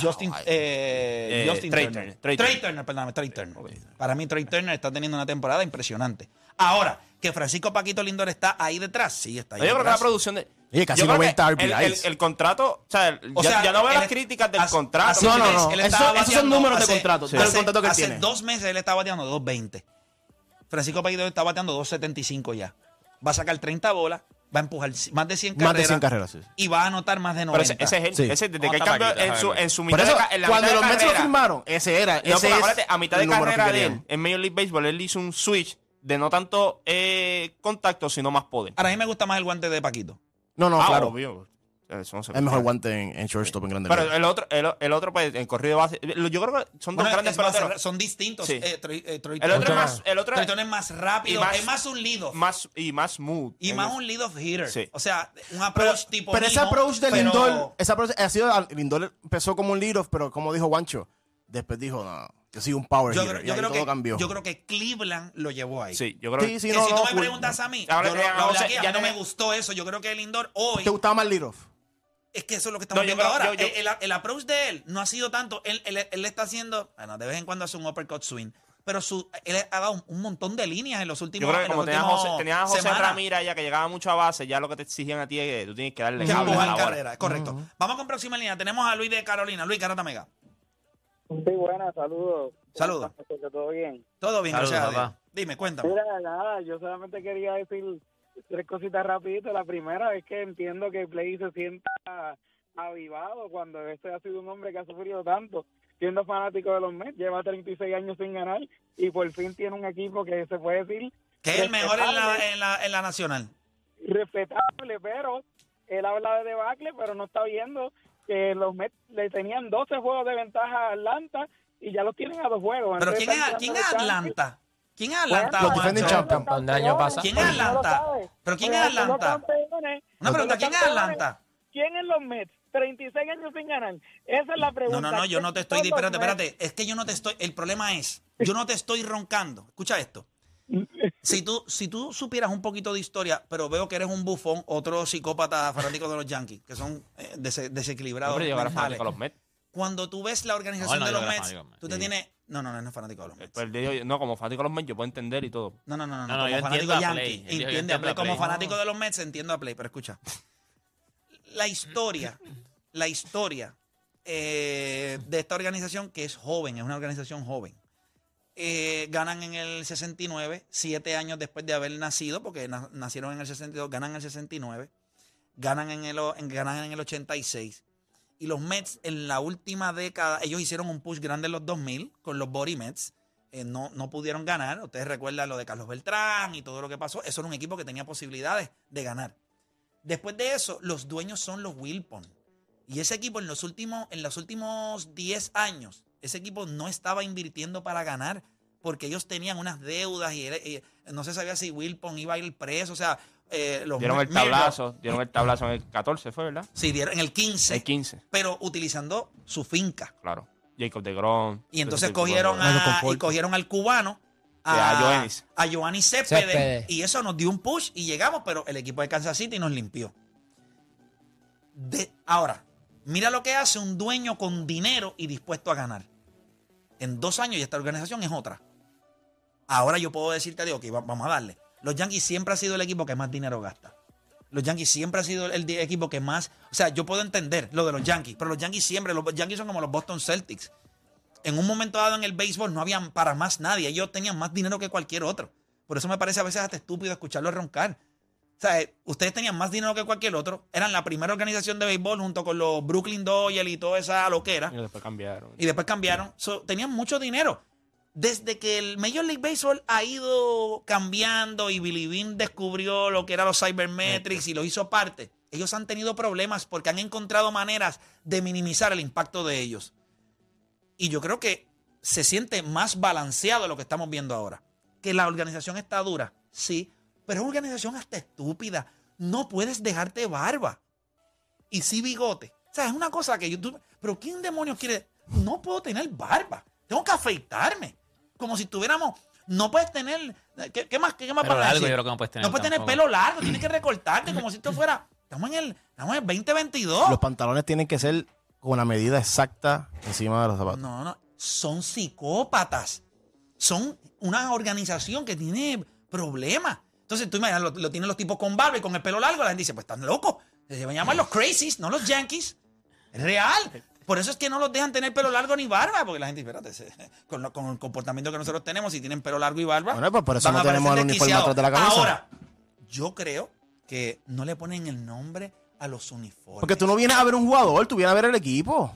Justin, eh, Eh, Justin Trey Turner. Turner, Trey Trey Turner. Eh, Turner, perdóname, Trey Turner. Para mí, Trey Turner está teniendo una temporada impresionante. Ahora, que Francisco Paquito Lindor está ahí detrás, sí, está ahí. Yo creo que la detrás. producción de. Oye, casi yo creo 90 que el- El, RBIs. el contrato, o sea, el- O ya, sea, ya no veo él las es- críticas del as- contrato. así No, que no, él- no. él Eso- estaba esos son bateando números de hace- contrato, del hace- contrato que él hace tiene. dos meses él estaba bateando 2.20. Francisco Paquito está bateando 2.75 ya. Va a sacar 30 bolas, va a empujar c- más de 100 Más carreras. de 100 carreras, sí. Y va a anotar más de Pero 90. ese, ese es él. Sí. Ese, desde que Vamos él a cambió tapar, en su, déjame ver. en su Por mitad eso, de ca- en la cuando mitad de los Mets lo carrera- firmaron, ese era. No, Ese porque es acuérdate, a mitad de el número que carrera de querían. él, en Major League Baseball, él hizo un switch de no tanto eh, contacto, sino más poder. Ahora a mí me gusta más el guante de Paquito. No, Ah, no, Ah, claro. obvio. Eso no se Es mejor compara. guante en, en shortstop en grande. Pero el otro, el, el otro, pues, en corrido base. lo- Yo creo que son dos Bueno, grandes es más- peloteros. son distintos. Sí. eh, Trey- eh, Trey El otro Turner. es más. El otro Trey es Turner es más rápido, y más- es más un lido. más y más mood. Y En más el- un lead off hitter. Sí. O sea, un pero, approach tipo. pero ese mismo, approach de pero- Lindor, ese approach ha sido, ah, Lindor empezó como un lead-off, pero como dijo Juancho, después dijo, no, yo soy un power Yo, hitter, creo- y yo ahí creo todo que, cambió. yo creo que Cleveland lo llevó ahí. Sí, yo creo que. Sí, sí, Que no, si no, tú me full- preguntas a mí, Ahora yo que lo- ya lo no blaquea, sé, ya no no me me- gustó eso. Yo creo que Lindor hoy. ¿Te gustaba más lead-off? Es que eso es lo que estamos No, yo viendo creo- ahora. yo- yo- el, el- el approach de él no ha sido tanto. Él, él- él está haciendo. Bueno, de vez en cuando hace un uppercut swing. Pero su, él ha dado un, un montón de líneas en los últimos Yo creo que en los como tenía a últimos José, tenía a José semanas. Ramírez ya que llegaba mucho a base, ya lo que te exigían a ti es que tú tienes que darle Que cable a empujan la bola. carrera, correcto. Vamos con próxima línea. Tenemos a Luis de Carolina. Luis Carata Mega. Sí, buenas, saludos. Saludos. ¿Todo bien? Todo bien, Saludos, gracias a Dios. papá. Dime, cuéntame. Mira, nada, yo solamente quería decir tres cositas rapidito. La primera es que entiendo que Play se sienta avivado cuando este ha sido un hombre que ha sufrido tanto. Siendo fanático de los Mets, lleva 36 años sin ganar y por fin tiene un equipo que se puede decir Que es el mejor en la, respetable. en la, en la nacional. respetable, pero él habla de debacle, pero no está viendo que los Mets le tenían 12 juegos de ventaja a Atlanta y ya los tienen a dos juegos. Pero Entonces, ¿quién están es, ¿quién es dándole chance. Atlanta? ¿Quién es Bueno, Atlanta, Los defending Juancho? champions. Campeón del año pasado. ¿Quién es Atlanta? ¿Pero quién es Atlanta? Una pregunta, ¿quién es Atlanta? ¿Quién es los Mets? 36 años sin ganar. Esa es la No, pregunta. no, no, yo no te estoy... ¿Quiénes son Espérate, los Mets? espérate. Es que yo no te estoy... El problema es, yo no te estoy roncando. Escucha esto. Si tú, si tú supieras un poquito de historia, pero veo que eres un bufón, otro psicópata fanático de los Yankees, que son eh, dese- No, desequilibrados. pero llegar a mentales. fanático a los Mets. Cuando tú ves la organización No, no, de yo los era Mets, fanático de los tú te Mets. tienes. No, no, no, no es fanático de los Eh, Mets. pues, yo- no, como fanático de los Mets, yo puedo entender y todo. No, no, no, no, No, no, como yo fanático entiendo a Yankee. Play. Él dijo, yo Entiende a entiendo Play. a Como Play. fanático de los Mets, entiendo a Play, pero escucha. La historia, la historia eh, de esta organización que es joven, es una organización joven. eh, ganan en el 69, siete años después de haber nacido, porque na- nacieron en el 62, ganan en el 69, ganan en el, o- en- ganan en el 86. Y los Mets en la última década, ellos hicieron un push grande en los 2000 con los Body Mets. eh, no, no pudieron ganar. Ustedes recuerdan lo de Carlos Beltrán y todo lo que pasó. Eso era un equipo que tenía posibilidades de ganar. Después de eso, los dueños son los Wilpon. Y ese equipo en los últimos, en los últimos 10 años, ese equipo no estaba invirtiendo para ganar porque ellos tenían unas deudas y, era- y no se sabía si Wilpon iba a ir preso. O sea, eh, los Dieron el Mets- tablazo, dieron el tablazo en el 14, ¿fue, verdad? Sí, dieron en el 15 El 15, pero utilizando su finca. claro. Jacob de Grom. Y entonces cogieron, a, y cogieron al cubano, a Yoenis. a Giovanni Céspedes, Céspedes. y eso nos dio un push y llegamos, pero el equipo de Kansas City nos limpió. De, ahora, mira lo que hace un dueño con dinero y dispuesto a ganar. En dos años y esta organización es otra. Ahora yo puedo decirte, digo, que vamos a darle. Los Yankees siempre ha sido el equipo que más dinero gasta. Los Yankees siempre ha sido el di- equipo que más. O sea, yo puedo entender lo de los Yankees, pero los Yankees siempre, los Yankees son como los Boston Celtics. En un momento dado en el béisbol no habían para más nadie. Ellos tenían más dinero que cualquier otro. Por eso me parece a veces hasta estúpido escucharlos roncar. O sea, eh, ustedes tenían más dinero que cualquier otro. Eran la primera organización de béisbol junto con los Brooklyn Dodgers y toda esa loquera. Y después cambiaron. Y después cambiaron. So, tenían mucho dinero. Desde que el Major League Baseball ha ido cambiando y Billy Bean descubrió lo que eran los Cybermetrics y lo hizo parte, ellos han tenido problemas porque han encontrado maneras de minimizar el impacto de ellos. Y yo creo que se siente más balanceado lo que estamos viendo ahora. Que la organización está dura, sí, pero es una organización hasta estúpida. No puedes dejarte barba y sí bigote. O sea, es una cosa que yo... tú- pero ¿quién demonios quiere? No puedo tener barba. Tengo que afeitarme. Como si tuviéramos... No puedes tener... ¿Qué, qué más, qué más Pero para largo decir? yo creo que no puedes tener No puedes tener tampoco. pelo largo. Tienes que recortarte como si esto fuera... Estamos en el, estamos en el 2022. Los pantalones tienen que ser con la medida exacta encima de los zapatos. No, no, son psicópatas. Son una organización que tiene problemas. Entonces, tú imaginas, lo, lo tienen los tipos con barba y con el pelo largo. La gente dice, pues están locos. Se van a llamar los crazies, no los yankees. Es real. Por eso es que no los dejan tener pelo largo ni barba, porque la gente, espérate, se- con, lo- con el comportamiento que nosotros tenemos, si tienen pelo largo y barba. Bueno, pues por eso van no a parecer tenemos el uniforme desquiciados. atrás de la cabeza. Ahora, yo creo que no le ponen el nombre a los uniformes. Porque tú no vienes a ver un jugador, tú vienes a ver el equipo.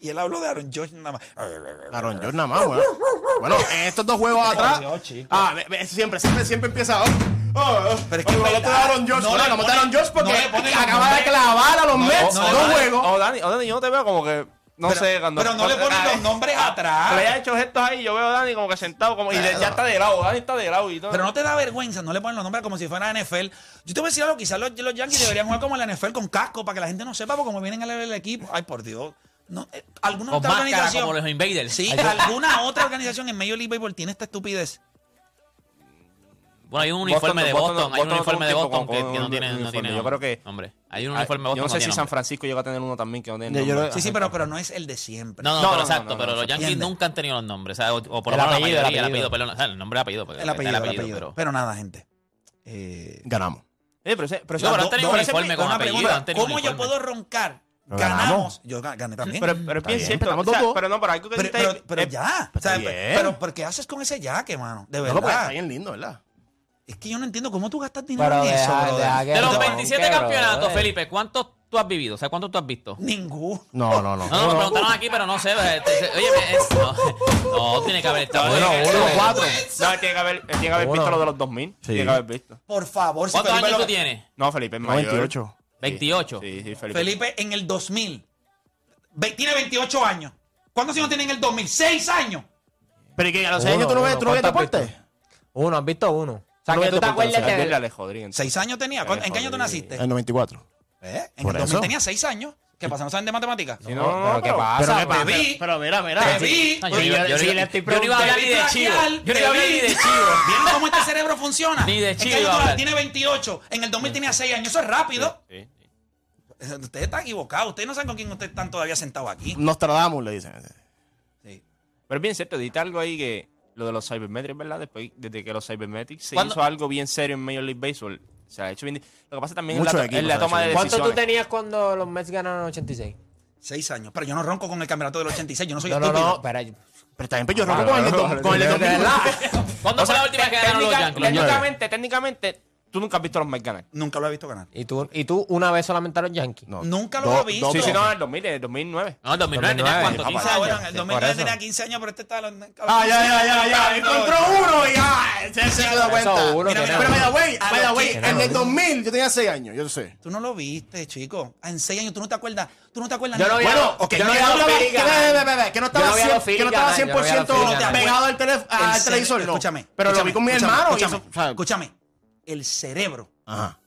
Y él habló de Aaron George nada más. Aaron George nada más, weón. Bueno, en estos dos juegos atrás. Dios, chico. ah, ve- ve, siempre, siempre, siempre empieza. Oh, oh, oh, Pero es que oh, es la verdad. moto de Aaron George. ah, No No, le la moto de Aaron ponen- George porque no le ponen los acaba de nombres. clavar a los Mets O- o dos Oh, Dani- Oh, juegos. O Dani, o Dani, yo no te veo como que. No pero, sé, cuando. pero no le ponen los nombres Que le haya atrás. hecho gestos ahí, yo veo a Dani como que sentado, como, y de- ya está de lado, Dani está de lado y todo. Pero no te da vergüenza, no le ponen los nombres como si fuera NFL. Yo te voy a decir algo, quizás los, los Yankees deberían jugar como la NFL con casco para que la gente no sepa porque como vienen a leer el equipo. Ay, por Dios. No, eh, alguna Con otra máscara organización. como los Invaders. Sí, alguna otra organización en Major League Baseball tiene esta estupidez. Bueno, hay un uniforme Boston- de Boston- Boston, hay un Boston uniforme de tuvo un Boston tipo que, con- que no con tiene, un no tiene uniforme. Yo nombre. creo que- Hombre, hay un Ah, uniforme de Boston Yo no sé tiene si San nombre. Francisco llega a tener uno también que no tiene Yo- yo nombre. lo- Sí, sí, pero, pero no es el de siempre. No, no, No, pero no, exacto, no, no, pero no, los Yankees entiende. nunca han tenido los nombres, o sea, o, o por lo El menos la apellido, el mayoría, el apellido. apellido, perdón, o sea, el nombre apellido, porque el apellido, el apellido. pero... Pero, nada, gente. Eh, Ganamos. Eh, pero ese- pero ese- No, pero do- han tenido do- Ahora, uniforme siempre- con una apellido, pregunta, han tenido ¿Cómo yo uniforme. puedo roncar? Pero ganamos. Yo ga- gané también. pero, pero es bien bien, cierto. estamos o sea, dos-dos. pero no, pero hay que Pero, pero- pero eh, ya. está o sea, bien. pero, pero ¿qué haces con ese yaque, mano? De No verdad. lo puedes, está bien lindo, ¿verdad? es que yo no entiendo cómo tú gastas dinero Pero en eso, deja- brother. deja que- De los Entonces, 27 ¿qué, bro? campeonatos, Eh. Felipe, ¿cuántos tú has vivido? O sea, ¿cuántos tú has visto? Ninguno. No, no, no. No, no, me preguntaron aquí, pero no sé. este, este, Oye, me- es- no, no, tiene que haber estado. no, Oye, uno, eh, cuatro. No, tiene que haber, tiene que haber Uno. visto lo de los 2000. Tiene que haber visto. Por favor, si ¿Cuántos Felipe, años lo- tú tienes? No, Felipe es No, mayor. 28. 28. Sí, sí, Felipe. Felipe en el 2000 ve- tiene 28 años. ¿Cuántos hijos tiene en el 2000? ¿Seis años? Pero ¿y que a los Uno, 6 años tú no ves uno, tú no ves ¿cuántas deporte. Uno, ¿han visto uno? O sea, No que tú vete te por acuerdes tercera, de... Dile a Alex Rodríguez. ¿Seis años tenía? Eh, ¿Cuán- ¿En qué año tú naciste? El 94. ¿Eh? En Por el 2000 eso. tenía seis años. ¿Qué pasa? ¿No saben de matemáticas? Sí, no, no, pero ¿qué pasa? Pero, Pero ¿qué pasa? bebí. pero mira, mira. Te vi. No, Oye, iba- yo- yo le estoy yo no iba a hablar ni de preguntando. chivo. Yo no Te iba a hablar vi. ni de chivo. ¿Vieron cómo este cerebro funciona? Ni de ¿En qué chivo año iba a tú- hablar. tiene 28. En el 2000 tenía seis años. Eso es rápido. Eh, Sí, sí. Usted está equivocado. Ustedes no saben con quién ustedes están todavía sentados aquí. Nostradamus le dicen. Sí. Pero es bien cierto, dijiste algo ahí que lo de los Cybermetrics, ¿verdad? Después, desde que los Cybermetrics se ¿Cuándo- hizo algo bien serio en Major League Baseball, se ha hecho bien. Lo que pasa también es la, Muchos to- es equipos la se han toma hecho de bien. ¿Cuánto tú decisiones. tenías cuando los Mets ganaron en 86? Seis años. Pero yo no ronco con el campeonato del 86. Yo no soy No, no, estúpido. no, espera. yo- Pero está bien, pero yo Ah, rompo con el de dos- con el de de dos mil. verdad. ¿Cuándo fue O sea, la última vez que te- ganaron los Yankees? Los técnica- Yankees. Técnicamente, técnicamente, tú nunca has visto a los Mets ganar. Nunca lo he visto ganar. ¿Y tú, y tú una vez solamente a los Yankees. No. Nunca lo Do- Ah, he visto. dos Sí, No. sí, no, en el 2000, en el 2009. No, en 2009 tenía 2009. cuánto, Ah, 15 bueno, años. en el sí, 2009 por eso. tenía 15 años, pero este estaba... Ah, ya, ya, ya, ya. Encontró uno y ya. Se, se dio cuenta. Eso, uno Mira, mira, tenemos. pero, by the way, A by the los way, que- en el 2000 yo tenía 6 años, yo sé. Tú no lo viste, chico. Ah, En seis años, tú no te acuerdas. Tú no te acuerdas. Yo ni- no vi a Bueno, los- ok, que yo no vi a no los estaba- Phillies que- ganar. ve, ve, ve, ve, que no estaba Yo no vi a los 100 que Phillies no estaba ganar, yo no vi a los 100% Phillies ganar. pegado al tele- El al cere- televisor, no. Escúchame. Pero lo escúchame, vi con mi escúchame, hermano. y Escúchame, eso- o sea, escúchame. El cerebro Ajá.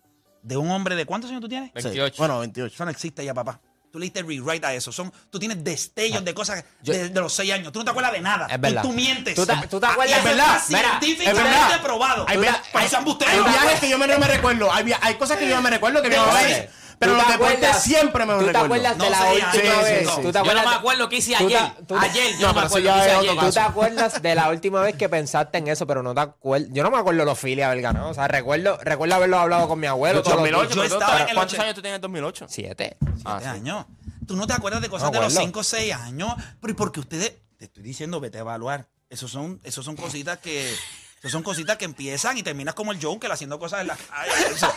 de un hombre de... ¿Cuántos años tú tienes? sí. 28. Bueno, 28. Eso no existe ya, papá. Tú le diste rewrite a eso. Son, tú tienes destellos de cosas Ah, Yo- de, de los seis años. Tú no te acuerdas de nada. Es verdad. Tú, tú mientes. Tú te- tú te Ah, acuerdas- Es es verdad. verdad. Mira, Científicamente es verdad. probado. Hay Tú- ve- pero hay- sean busteros. Hay viajes que yo me- no me recuerdo. Hay, via- hay cosas que yo no me recuerdo que mi mamá me dice. Pero ¿Tú los te deportes acuerdas- siempre me ¿Tú los te acuerdas recuerdo. No, de la sí, última sí, vez? sí, sí. ¿Tú te Yo no acuerdas me de- acuerdo qué hice tú ayer. te- tú te- Ayer, yo No, no, me pero eso acuerdo ya qué hice es ayer. otro ¿Tú caso. te acuerdas de la última vez que pensaste en eso, pero no te acuerdas? Yo no me acuerdo los Phillies haber ganado. O sea, recuerdo, recuerdo haberlo hablado con mi abuelo. todos los 2008, días. yo pero tú- estaba en el ¿Cuántos ocho- años tú tenías en 2008? Siete. Ah, Siete sí. años. Tú no te acuerdas de cosas No, de los abuelo. 5 o 6 años. Pero ¿y por qué ustedes, te estoy diciendo, vete a evaluar. Eso son, eso son cositas que. eso son cositas que empiezan y terminas como el Joker haciendo cosas en la calle. Eso.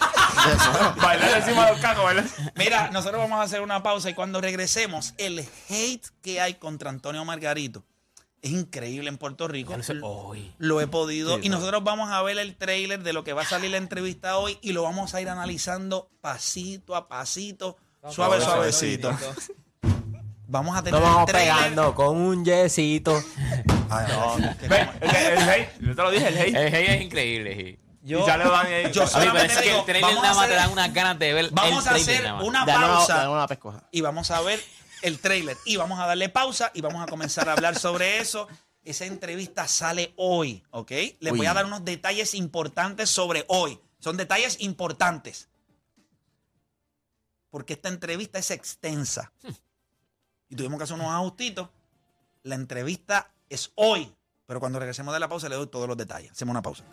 Bailar encima de los cacos, bailar. Mira, nosotros vamos a hacer una pausa y cuando regresemos, el hate que hay contra Antonio Margarito es increíble en Puerto Rico. Hoy. Lo he podido. y nosotros vamos a ver el trailer de lo que va a salir la entrevista hoy y lo vamos a ir analizando pasito a pasito, suave, suavecito. Vamos a tener Nos el vamos tráiler. pegando con un yesito. Ay, no, que Ve, como- el, el hate, yo te lo dije, el hate. El hate es increíble. sí. Yo, Y sale Dani ahí. yo A A mí mí solamente parece que digo, el trailer vamos a nada más hacer, te dan unas ganas de ver vamos el a trailer hacer nada más. una Dale una- pausa. dale una pescosa. y vamos a ver el trailer. Y vamos a darle pausa y vamos a comenzar a hablar sobre eso. Esa entrevista sale hoy, ¿ok? Les Uy. voy a dar unos detalles importantes sobre hoy. Son detalles importantes. Porque esta entrevista es extensa. Y tuvimos que hacer unos ajustitos. La entrevista es hoy. Pero cuando regresemos de la pausa le doy todos los detalles. Hacemos una pausa.